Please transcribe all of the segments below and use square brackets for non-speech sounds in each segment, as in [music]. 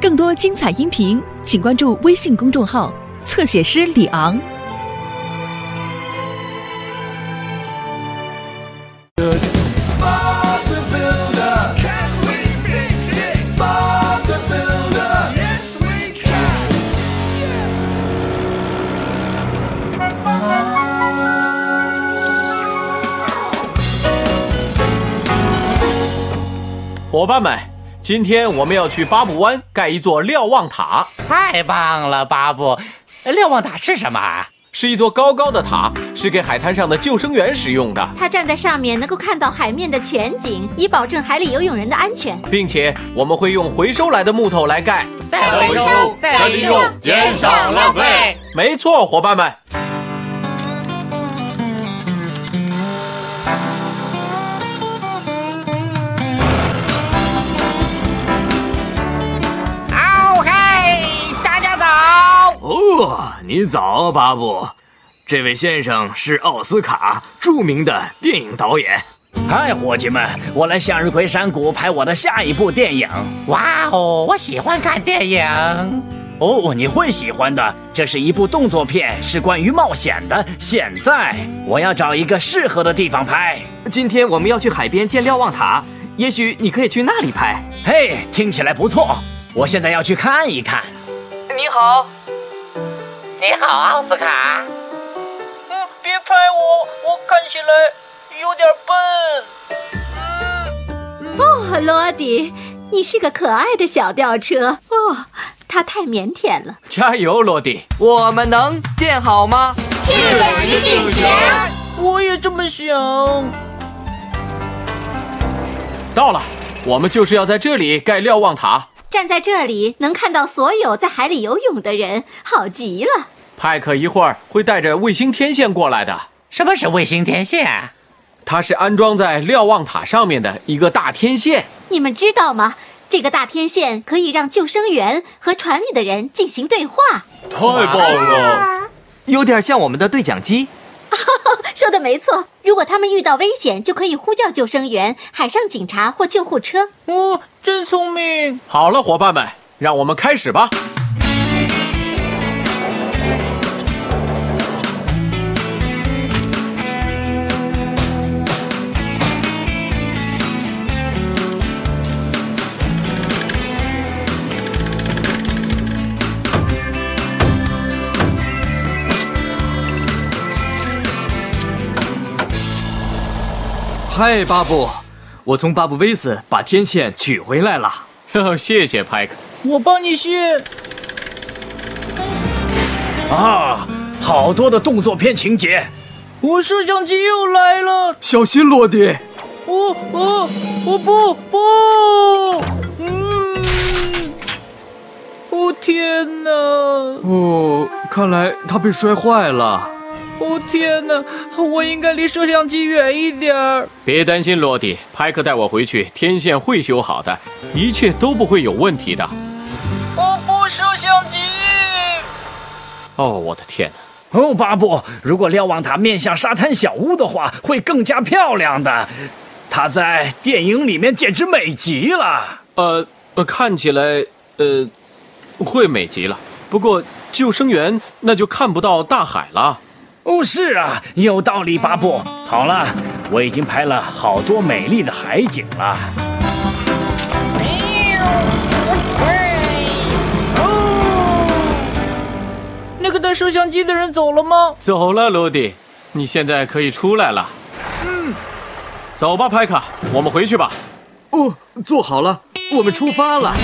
更多精彩音频，请关注微信公众号“侧写师李昂”。 Bob the Builder. Can we fix it? Bob the Builder. Yes, we can. 伙伴们，今天我们要去巴布湾盖一座瞭望塔，太棒了，巴布！哎瞭望塔是什么啊？是一座高高的塔，是给海滩上的救生员使用的，他站在上面能够看到海面的全景，以保证海里游泳人的安全。并且我们会用回收来的木头来盖。再回收，再利用，减少浪费。没错，伙伴们，哦，你早，巴布。这位先生是奥斯卡著名的电影导演。嗨，伙计们，我来向日葵山谷拍我的下一部电影。哇哦，我喜欢看电影。哦，你会喜欢的，这是一部动作片，是关于冒险的。现在我要找一个适合的地方拍。今天我们要去海边建瞭望塔，也许你可以去那里拍。嘿，听起来不错，我现在要去看一看。你好，你好，奥斯卡。嗯，别拍我，我看起来有点笨。哦，罗迪，你是个可爱的小吊车哦，他太腼腆了。加油，罗迪！我们能建好吗？我也这么想。到了，我们就是要在这里盖瞭望塔。站在这里能看到所有在海里游泳的人，好极了。派克一会儿会带着卫星天线过来的，什么是卫星天线？它是安装在瞭望塔上面的一个大天线。你们知道吗？这个大天线可以让救生员和船里的人进行对话。太棒了！有点像我们的对讲机。说的没错，如果他们遇到危险，就可以呼叫救生员、海上警察或救护车。哦，真聪明。好了，伙伴们，让我们开始吧。嗨，巴布，我从巴布威斯把天线取回来了。 [laughs] 谢谢派克。我帮你卸。啊，好多的动作片情节。我摄像机又来了。小心，落地！哦哦，我不不。嗯。哦天哪！哦，看来它被摔坏了。哦天哪！我应该离摄像机远一点儿。别担心，罗迪，派克带我回去，天线会修好的，一切都不会有问题的。哦不，摄像机。哦，我的天哪！哦，巴布，如果瞭望塔面向沙滩小屋的话，会更加漂亮的。它在电影里面简直美极了。呃，呃看起来呃，会美极了。不过救生员那就看不到大海了。哦，是啊，有道理，巴布。好了，我已经拍了好多美丽的海景了。哦那个带摄像机的人走了吗？走了，罗迪，你现在可以出来了。嗯，走吧，派克，我们回去吧。哦，做好了，我们出发了。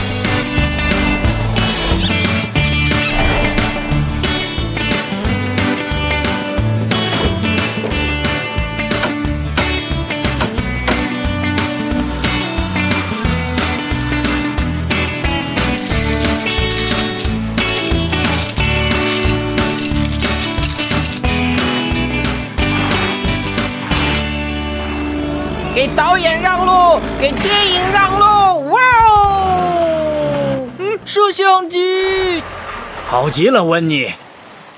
给导演让路，给电影让路！哇哦！嗯，摄像机。好极了，温妮。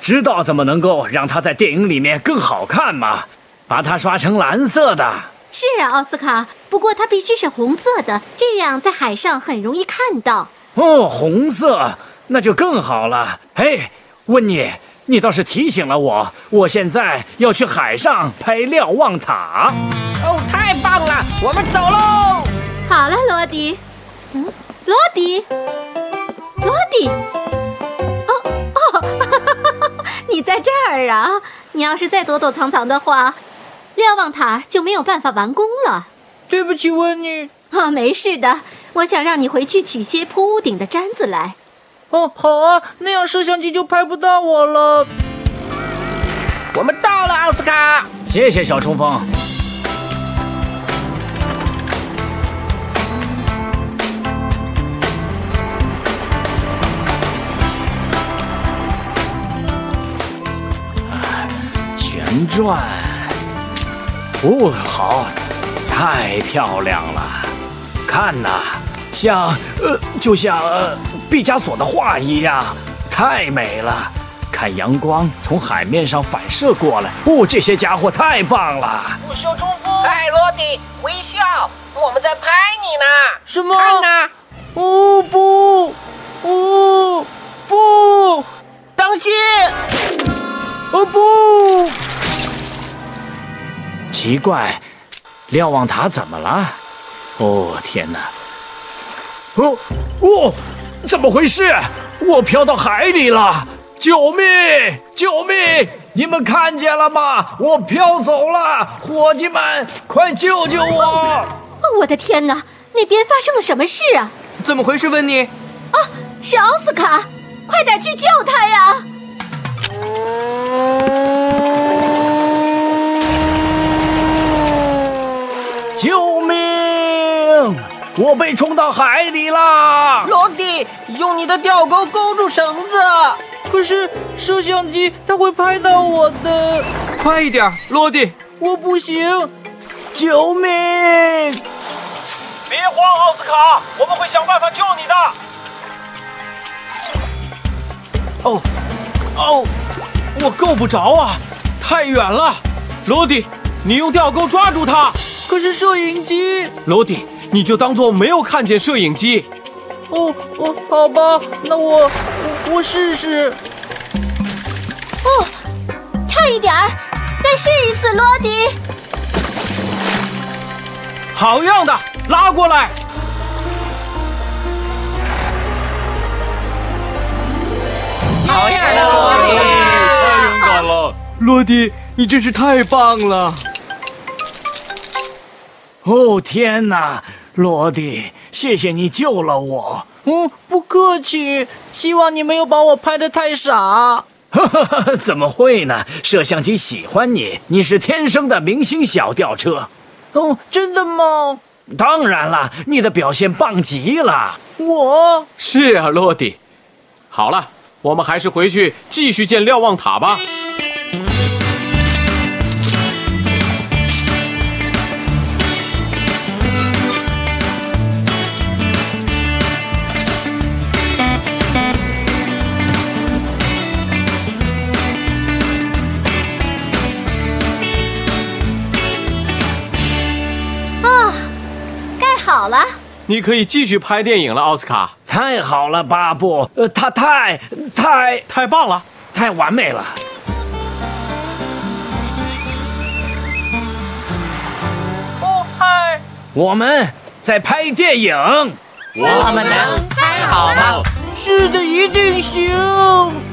知道怎么能够让它在电影里面更好看吗？把它刷成蓝色的。是啊，奥斯卡，不过它必须是红色的，这样在海上很容易看到。哦，红色，那就更好了。哎，温妮，你倒是提醒了我，我现在要去海上拍瞭望塔。哦，太棒了，我们走喽！好了，罗迪，嗯，罗迪，罗迪，哦哦， [laughs] 你在这儿啊！你要是再躲躲藏藏的话，瞭望塔就没有办法完工了。对不起，温妮。啊、没事的，我想让你回去取些铺屋顶的毡子来。哦，好啊，那样摄像机就拍不到我了。我们到了，奥斯卡。谢谢小冲锋。旋转，哦，好，太漂亮了！看呐，像呃，就像呃毕加索的画一样，太美了。看阳光从海面上反射过来，哦，这些家伙太棒了！小冲锋，哎，罗迪，微笑，我们在拍你呢。什么？看呐，哦不，哦不，当心！哦不！奇怪，瞭望塔怎么了？哦，天哪！哦，哦，怎么回事？我飘到海里了！救命！救命！你们看见了吗？我飘走了！伙计们，快救救我！哦，我的天哪，那边发生了什么事啊？怎么回事？温妮，是奥斯卡，快点去救他呀！救命！我被冲到海里啦！罗迪，用你的吊钩勾住绳子。可是摄像机它会拍到我的，快一点，落地！我不行。救命！别慌，奥斯卡，我们会想办法救你的。哦，我够不着啊，太远了。罗迪，你用吊钩抓住他。可是摄影机，罗迪，你就当做没有看见摄影机。哦哦，好吧，那我我我试试。哦，差一点儿，再试一次，罗迪。好样的，拉过来。哎好样啊的，罗迪！太勇敢了！落地，你真是太棒了！哦天哪，罗迪，谢谢你救了我。 [laughs] 嗯，不客气，希望你没有把我拍得太傻。怎么会呢？摄像机喜欢你，你是天生的明星小吊车。哦，真的吗？当然了，你的表现棒极了。我是啊，罗迪。好了，我们还是回去继续建瞭望塔吧。盖好了，你可以继续拍电影了，奥斯卡，太好了，巴布，呃，他太太太棒了。太完美了。哦嗨，我们在拍电影，我们能拍好吗？是的，一定行。